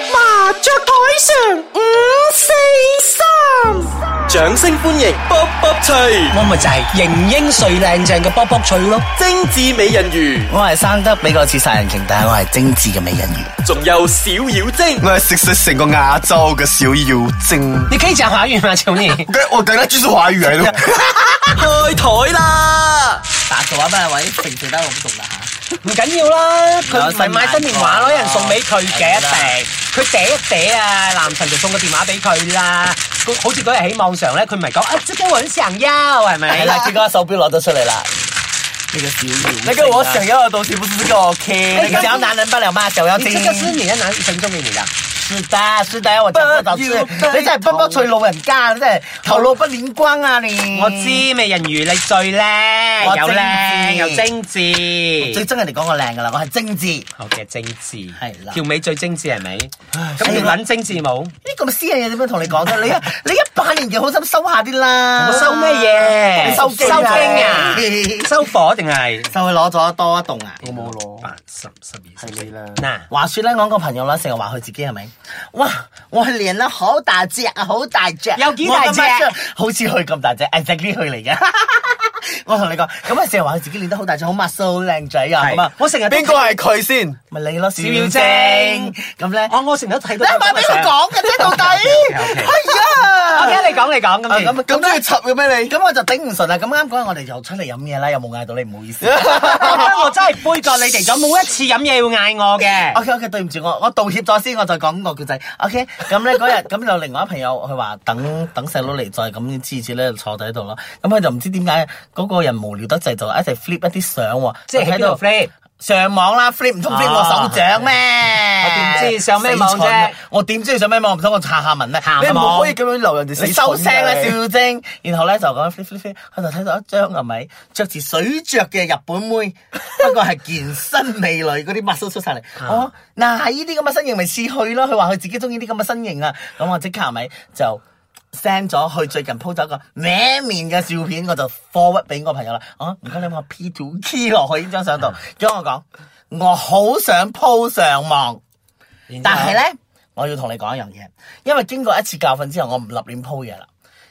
雀台上五四三，掌聲歡迎卜卜脆，我咪就係型英帥靚正嘅卜卜脆咯，精緻美人魚，我係生得比較似殺人鯨，但係我係精緻嘅美人魚。仲有小妖精。我係食食成個亞洲嘅小妖精。你可以講華語嗎，求你？梗我梗係專注華語嚟咯。開台啦！打電話俾阿位，平時都係咁做啦唔緊要啦，佢唔係有買新年話咯，有人送俾佢嘅一係啦定。佢嗲一嗲啊，男神就送個電話俾佢啦。佢好似嗰日喺網上咧，佢唔係講啊，即係我很想要係嚇。咪？結果手錶攞咗出嚟啦。呢個小妖，那個我想要的東西不是這個 OK，你講男人不了嘛，小妖你這個是你的男神送俾你的，是的，是的，我講得到不要拜你真係不不脆老人家，你真係頭腦不連光啊你！我知美人魚你最我靚，又精緻靚又精緻，最憎人哋講我靚噶啦，我係精緻。 我嘅精緻係啦條尾最精緻係咪？咁條撚精緻冇？呢咁嘅私人嘢點樣同你講啫？你一你一把年紀好心收下啲啦。我收咩嘢？你收驚收驚 啊！收火定係？就佢攞咗多一棟啊！我冇攞，八十十二係十你啦。嗱，話說咧，我個朋友咧成日話佢自己係咪？哇！我練得好大隻啊，好大隻，有幾大隻我咁樣好似佢咁大隻，exactly 佢嚟嘅。 我同你講，咁啊成日話佢自己練得好大隻，好 muscle 好靚仔啊，咁啊，我成日都 邊個係佢先？咪你咯，小小妖妖精精咁咧。我我成日都睇你到咁係嘅相。咪俾佢講嘅啫，到底 OK，OK 係啊。 ？OK，你講你講啊咁咁先。咁都要插嘅咩你？咁我就頂唔順啦。咁啱嗰日我哋又出嚟飲嘢啦，又冇嗌到你，唔好意 思。我真係杯葛你哋咗，冇一次飲嘢要嗌我嘅。 OK OK，對唔住我，我道歉咗先，我再講個故仔。OK，咁咧嗰日咁有另外一朋友，佢話等等細佬嚟再咁次次咧坐喺度咯。咁佢就唔知點解嗰個人無聊得滯，就一齊 flip 一啲相喎，即係喺邊度 flip？上網啦，flip 唔通 flip 我手掌咩？我點知上咩網啫死蠢啊我點知上咩網？唔通我查下文咩？下你唔網可以咁樣留人哋死你收蠢聲啦，㗎小你妖精！然後咧就咁 flip flip flip，佢就睇到一張係咪着住水着嘅日 本妹，不過係健身美女嗰啲 muscle 出晒嚟。啊哦，嗱係呢啲咁嘅身形咪試去咯。佢話佢自己中意啲咁嘅身形啊。咁我即刻係咪就 send 咗佢最近 po 咗一個歪面嘅照片，我就 forward 俾我朋友啦。哦，唔該你幫我 P two key 落去呢張相啊度，跟我講我好想 po 上網。但係咧，我要同你講一樣嘢，因為經過一次教訓之後，我唔立亂鋪嘢啦。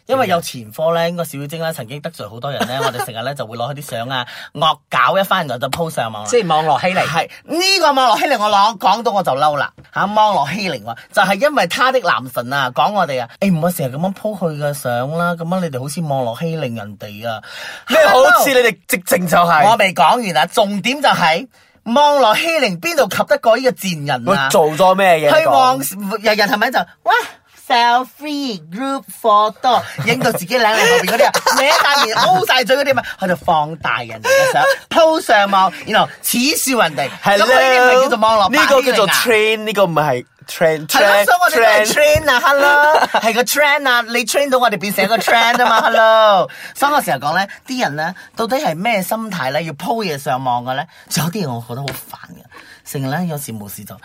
因為有前科咧，應該小妖精咧曾經得罪好多人咧，我哋成日咧就會攞佢啲相啊，惡搞一番，然後就鋪上網啦。即係網絡欺凌。係呢、個網絡欺凌，我攞講到我就嬲啦嚇！網絡欺凌喎，就係、因為他的男神啊講我哋啊，誒唔好成日咁樣 po 佢嘅相啦，咁樣你哋好似網絡欺凌人哋啊！咩好似你哋直情就係我未講完啊，重點就係、網絡欺凌邊度及得過呢個賤人啊！我做咗咩嘢？去旺你講日日係咪就哇 selfie group photo 影到自己靚靚後邊 嗰啲啊，歪大面 O 晒嘴嗰啲咪，佢就放大人哋嘅相 po 上網，然後恥笑人哋，咁呢啲咪叫做網絡呢個個叫做 train，呢個唔係 train。係啦，所以我哋都係 train。 train 啊，hello，係個 train 啊，你 train 到我哋變成一個 train 啊嘛，hello。所以我成日講咧，啲人咧到底係咩心態咧，要 po 嘢上網嘅咧？有啲嘢我覺得好煩嘅，成日咧有時無事就，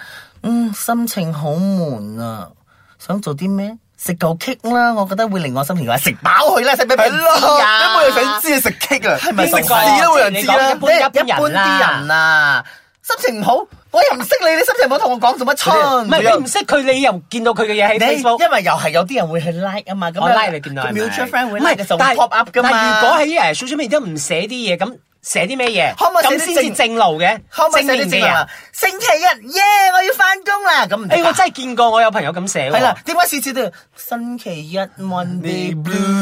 嗯，心情好悶啊，想做啲咩？食嚿 cake 啦，我覺得會令我心情快，食飽佢啦，使咩俾係人咯，知啊？都冇人想知你食 cake 啊，係咪邊食食過屎都冇人知啊啦你講。一般一般啲人啊，心情唔好，我又唔識你，你心情唔好同我講做乜春？唔係你唔識佢，你又見到佢嘅嘢喺你 Facebook。因為又係有啲人會去 like 啊嘛，咁我樣 like 你見到係咪 mutual friend 會唔係 like 嘅就會但係 pop up 噶嘛。但係如果喺誒 social media 都唔寫啲嘢，咁寫啲咩嘢？可唔可以寫啲咁先至正正路嘅？可唔可以寫正啲面嘅正啊人能量？星期日耶，我要翻工啦，咁唔誒，得哎我㗎。真係見過，我有朋友咁寫喎。係啦，點解次次都要星期一 Monday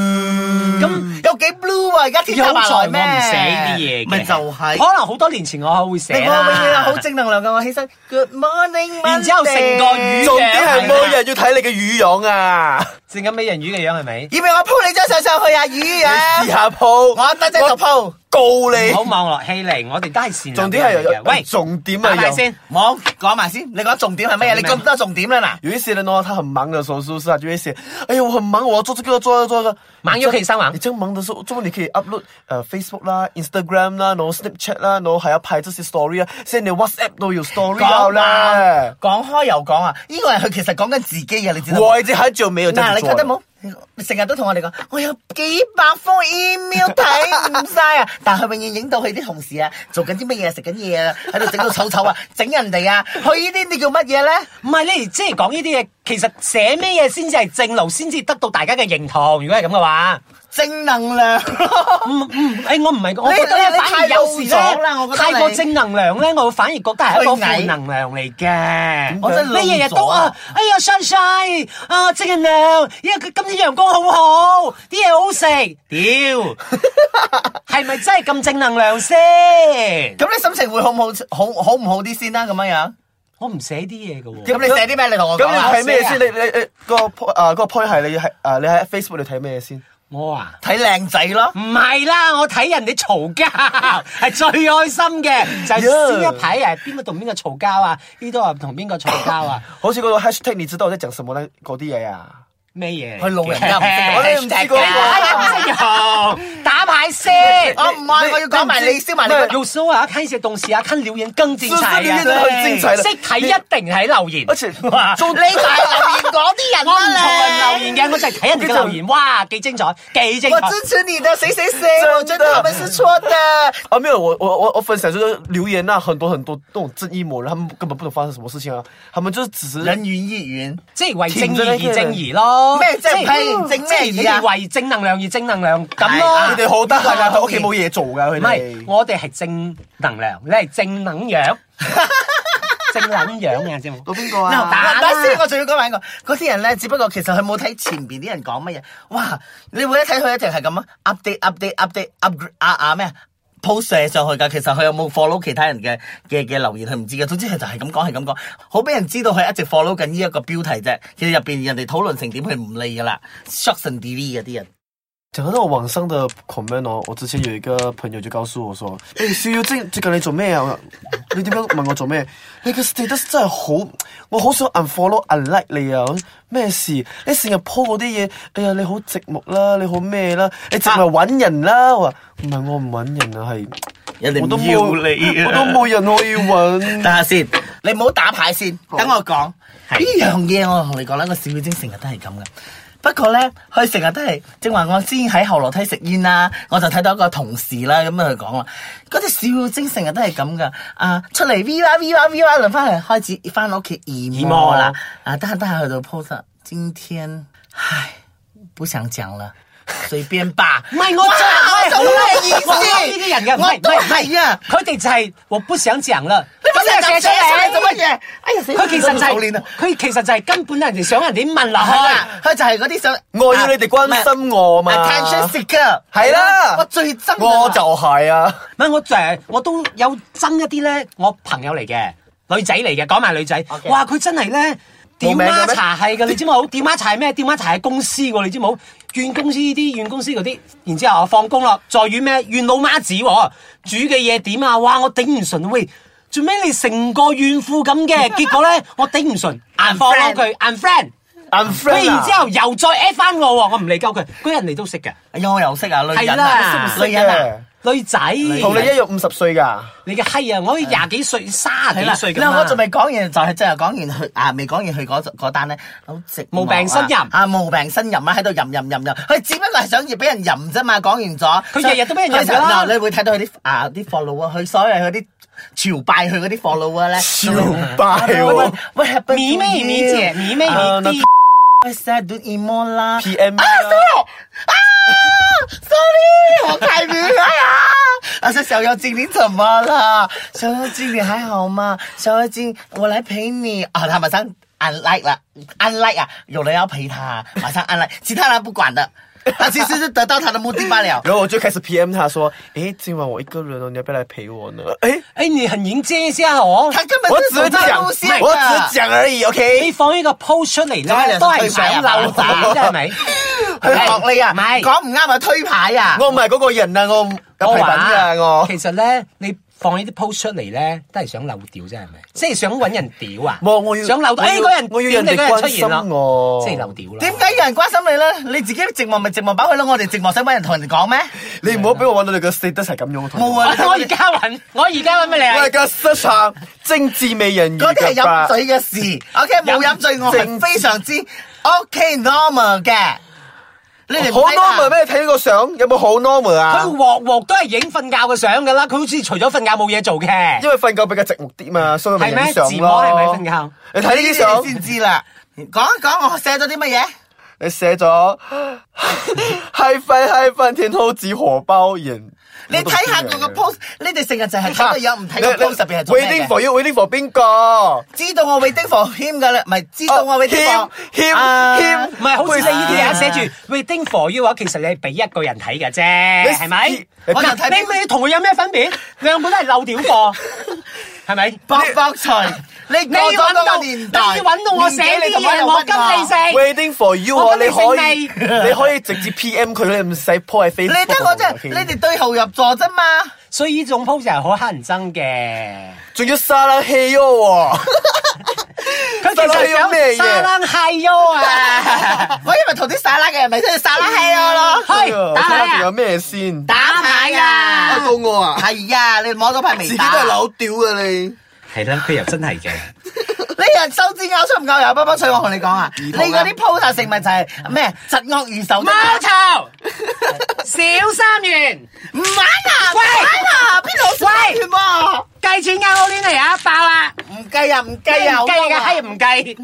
blue？咁有幾 blue 啊？而家天有在我黑埋來唔咩？寫啲嘢嘅，咪就係可能好多年前我會寫你我永遠係啦好。正能量嘅，我起身 Good morning，然之後成個 Monday 魚重點係啊冇人要睇你嘅魚樣 啊！正緊美人魚嘅樣係咪？要唔要我鋪你張相上去啊？魚試啊！下鋪，我得姐就鋪。告你唔好。網絡欺凌，我哋都係善良重點係嘅人有嚟嘅喂，重點打啊埋有。先。冇講埋先，你講重點係乜嘢？你咁多重點啦嗱。有一些人哦，他很忙的时候，是不是啊？就会写，哎呀，我很忙，我要做这个，做那个做那个。忙又可以上网你这样忙的时候，这么你可以 upload 呃 Facebook 啦、Instagram 啦，然后 Snapchat 啦，然后还要拍这些 story 啊，现在你 WhatsApp 都有 story 了啦。講開又講啊，呢個係佢其實講緊自己嘅，你知道嗎？我已经很久没有这嗱，样你子做覺得了。冇？你成日都同我哋講，我有幾百封 email 睇唔晒啊！但係佢永遠影到佢啲同事啊，做緊啲乜嘢，食緊嘢啊，喺度整到醜醜啊，整人哋啊，佢呢啲你叫乜嘢咧？唔係你哋即係講呢啲嘢其實寫咩嘢先至係正路，先至得到大家嘅認同。如果係咁嘅話，正能量咯。唔唔，誒我唔係，我覺得你咧你反而太有時幼稚啦我咧覺得你太過正能量咧，我反而覺得係一個虛偽負能量嚟嘅。我真係你日日冧咗都啊，哎呀 sunshine 啊正能量，因為今日陽光好好，啲嘢好食，屌，係咪真係咁正能量先？咁你心情會好唔好？好好唔好啲先啦，咁樣樣。我唔寫啲嘢嘅喎。咁你寫啲咩？你同我咁講你啊睇咩寫啊先？你你你個 po- 啊個 point 係你係啊你喺 Facebook 你睇咩先？我啊，睇靚仔咯。唔係啦，我睇人哋嘈交係最開心嘅，就係 Yeah 先一排誒邊個同邊個嘈交啊，呢度啊同邊個嘈交啊，好似嗰個 hashtag 你知道我在講什麼咧？嗰啲嘢啊？咩嘢嚟嘅？佢老人家唔識 我用哋唔知嗰 hashtag 個哎㗎呀唔識用，打牌先。我唔係，我要講埋你燒埋你個咩有时候啊，看一些东西啊，看留言更精彩啊！是是留言真的很精彩的識睇一定睇留言，而且哇做你就係留言嗰啲人我唔啦，同人留言嘅，我就係睇人哋嘅留言，哇，幾精彩，幾精我彩。支持你的谁谁谁，我觉得他们是错的。啊，没有，我我我我分享就是留言啊，很多很多那种正义魔人，他们根本不懂發生什么事情啊，他們就是只是人云亦云，即係為正義而正義咯，咩即係係屁正咩即係你義啊哋為正能量而正能量咁係啊咯佢。哋好得閒啊，呢個喺我屋企冇嘢做噶，佢唔係，哋。我哋係正能量，你係正能樣，正能樣啊，知冇？到邊個嗱，啊？但係先我仲要講埋一個，嗰啲人咧，只不過其實佢冇睇前邊啲人講乜嘢，哇！你會一睇佢一定係咁啊，update update update up 啊啊咩啊 post 射上去㗎，其實佢有冇 follow 其他人嘅嘅嘅留言，佢唔知嘅。總之佢就係咁講，係咁講，好俾人知道佢一直 follow 緊呢一個標題啫。其實入邊人哋討論成點，佢唔理㗎啦，short and delete 嗰啲人。講到那種網上的 comment 哦，我之前有一個朋友就告訴我說：，誒、小妖精最近你做咩啊？你點解問我做咩？你嘅 status 真係好，我好想 unfollow unlike 你啊！咩事？哎你成日 po 嗰啲嘢，哎呀，你好寂寞啦，你好咩啦？哎你啊淨係揾人啦！我話唔係我唔揾人啊，係人哋唔我都要冇你啊我都冇人可以等揾。下先，你唔好打牌先，等我講呢樣嘢。我同你講啦，個小妖精成日都係咁嘅。不過咧，佢成日都係，正話我先喺後樓梯食煙啦，我就睇到一個同事啦，咁佢講啦，嗰隻小妖精成日都係咁噶，啊出嚟 V 啦 V 啦 V 啦，輪翻嚟開始翻屋企 emo 啦，啊得閒得閒去到 post，今啊天唉不想講 啦，隨便吧。唔係我真哇係我就好有意我覺得呢啲人嘅，唔思，係我都唔係係啊。佢哋就係我不想講啦，你把咁隻就寫寫出出嚟做乜嚟。嘢？哎呀，死啦！佢其實就我都冇臉係啊佢其實就係根本人哋想人哋問落係啦去。，佢就係嗰啲想啊我要你哋關心我嘛 attention seeker 係啦我最憎啊我就係啊！唔係我誒，我都有憎一啲咧，我朋友嚟嘅女仔嚟嘅，講埋女仔 OK 哇！佢真係咧冇掉名嘅咩孖茶係嘅，你知冇？掉孖茶係咩？掉孖茶係公司喎，你知冇？怨公司啲怨公司嗰啲，然之後我哦放工啦，再怨咩？怨老媽子喎，煮嘅嘢點啊？哇！我頂唔順喂！做咩你成個怨婦咁 嘅？結果咧，我頂唔順，硬放開佢，unfriend。 unfriend 佢啊然之後又再 at 翻我喎，我唔理鳩佢，嗰人哋都識嘅，哎呀，我又識啊，女係人啦啊，女人啊。女仔。同你一樣五十歲㗎，你嘅閪啊！我可以廿幾歲、卅係啦幾歲，咁嗱啊我仲未講完，就係即係講完佢啊，未講完佢嗰嗰單咧，好直無病呻吟啊，無病呻吟啊，喺度吟吟吟吟，佢只不過係想要俾人吟啫嘛，講完咗，佢日日都俾人吟㗎佢啦就嗱你會睇到佢啲啊啲 follow 啊，佢所謂佢啲朝拜佢嗰啲 follow 啊咧，朝拜喂喎喂喂，係不你妹你姐你妹啊你那弟，我成日都 emo 啦 PM 啊啦，sorry 啊，sorry，我太敏感啊！而且小妖精你怎么了？小妖精你还好吗？小妖精，我来陪你啊！他马上 unlike 了，unlike 啊，有人要陪他，马上 unlike，其他人不管的，他其实是得到他的目的罢了。然後我就開始 PM 他說：，誒，今晚我一個人哦，你要不要來陪我呢？誒，哎，你很迎接一下啊我。他根本我就只是走講他路線，我 只講而已你，OK。放呢個 post 出嚟咧，都係想漏仔啫，係咪？佢學你啊，唔係，講唔啱啊，推牌啊，我唔係嗰個人啊，我有我皮品話㗎， 我。其實咧，你放呢啲 post 出嚟咧，都係想漏屌啫，係咪？即係想揾人屌啊！冇我要想漏到，我要哎，嗰人我要屌你人哋嗰日出現啦啊關心我即係漏屌啦。點解有人關心你咧？你自己寂寞咪寂寞飽佢咯，我哋寂寞使揾人同人哋講咩？你唔好俾我揾到你個 status 係咁樣，我同你講冇我啊我而家揾，我而家揾俾你啊我係個 search 啊精緻美人魚嗰啲係㗎吧飲醉嘅事，OK 冇飲醉我係非常之 OK normal 嘅。你哋唔好睇㗎 normal 咩？你睇呢個相有冇好 normal 啊？佢鑊鑊都係影瞓覺嘅相㗎啦，佢好似除咗瞓覺冇嘢做嘅因。為瞓覺比較寂寞啲嘛，所以咪係咩影相自摸咯。係咪瞓覺你睇呢啲相，你先知啦。講一講我寫咗啲乜嘢？你寫咗 嗨翻嗨翻，天空似荷包人。你睇下佢個 post，你哋成日就係睇個樣，唔睇啊你個你 post 入邊係做咩 Waiting 嘅 for you, waiting for 邊個？知道我 waiting for him 噶啦，唔係知道我 waiting for 謙啊謙唔係，好似你呢啲啊寫住 waiting for you 嘅話，其實你係俾一個人睇嘅啫，係咪？你我就睇你你同佢有咩分別？兩本都係漏屌貨， 係咪？博博除，你你過要揾咗嗰到，個你年要代，揾到我寫啲嘢，我跟你食。 waiting for you 我啊！覺得你你可以姓 你可以直接 PM 佢，你唔使 po 喺 Facebook 你度。得我真係， OK？你哋對號入座啫嘛。所以呢種 pose 係好乞人憎嘅。仲要沙拉氣 哦喎！佢其實想沙冷係喲 啊，我因為同啲沙拉嘅人咪即係沙拉係 Ừ. 我咯，係打睇下仲牌有啊，咩先？打牌啊，到我啊！係啊，你摸咗牌未自己都打係？扭屌嘅你，係啦，佢又真係嘅。你人手指拗出唔夠油，不不脆，我同你講啊，你嗰啲 post 食物就係咩疾惡如仇貓的頭小三元，唔玩啊！喂唔玩啊！邊度喂算啊？計錢交好啲嚟啊，爆 à? 啦！唔計啊！唔計啊！唔計嘅，係好啊唔計。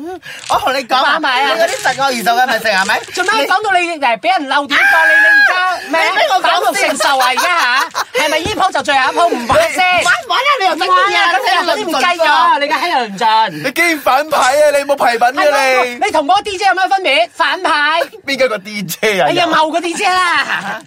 我同你講啊，玩埋啊你嗰啲實我二手嘅咪食係咪？做咩講到你誒俾人漏點 À. 過你？你而家咩你俾我講反目成仇啊！而家吓，係咪呢鋪就最後一鋪唔玩先？你玩唔玩啊？你又唔得玩啊！咁你又嗰啲唔計咗，你嘅閪又唔盡。你竟然反牌啊！你冇牌品嘅你同嗰個 DJ 有咩分別？反派，哎哎你，邊個個 DJ 啊？你又茂個 DJ 啦。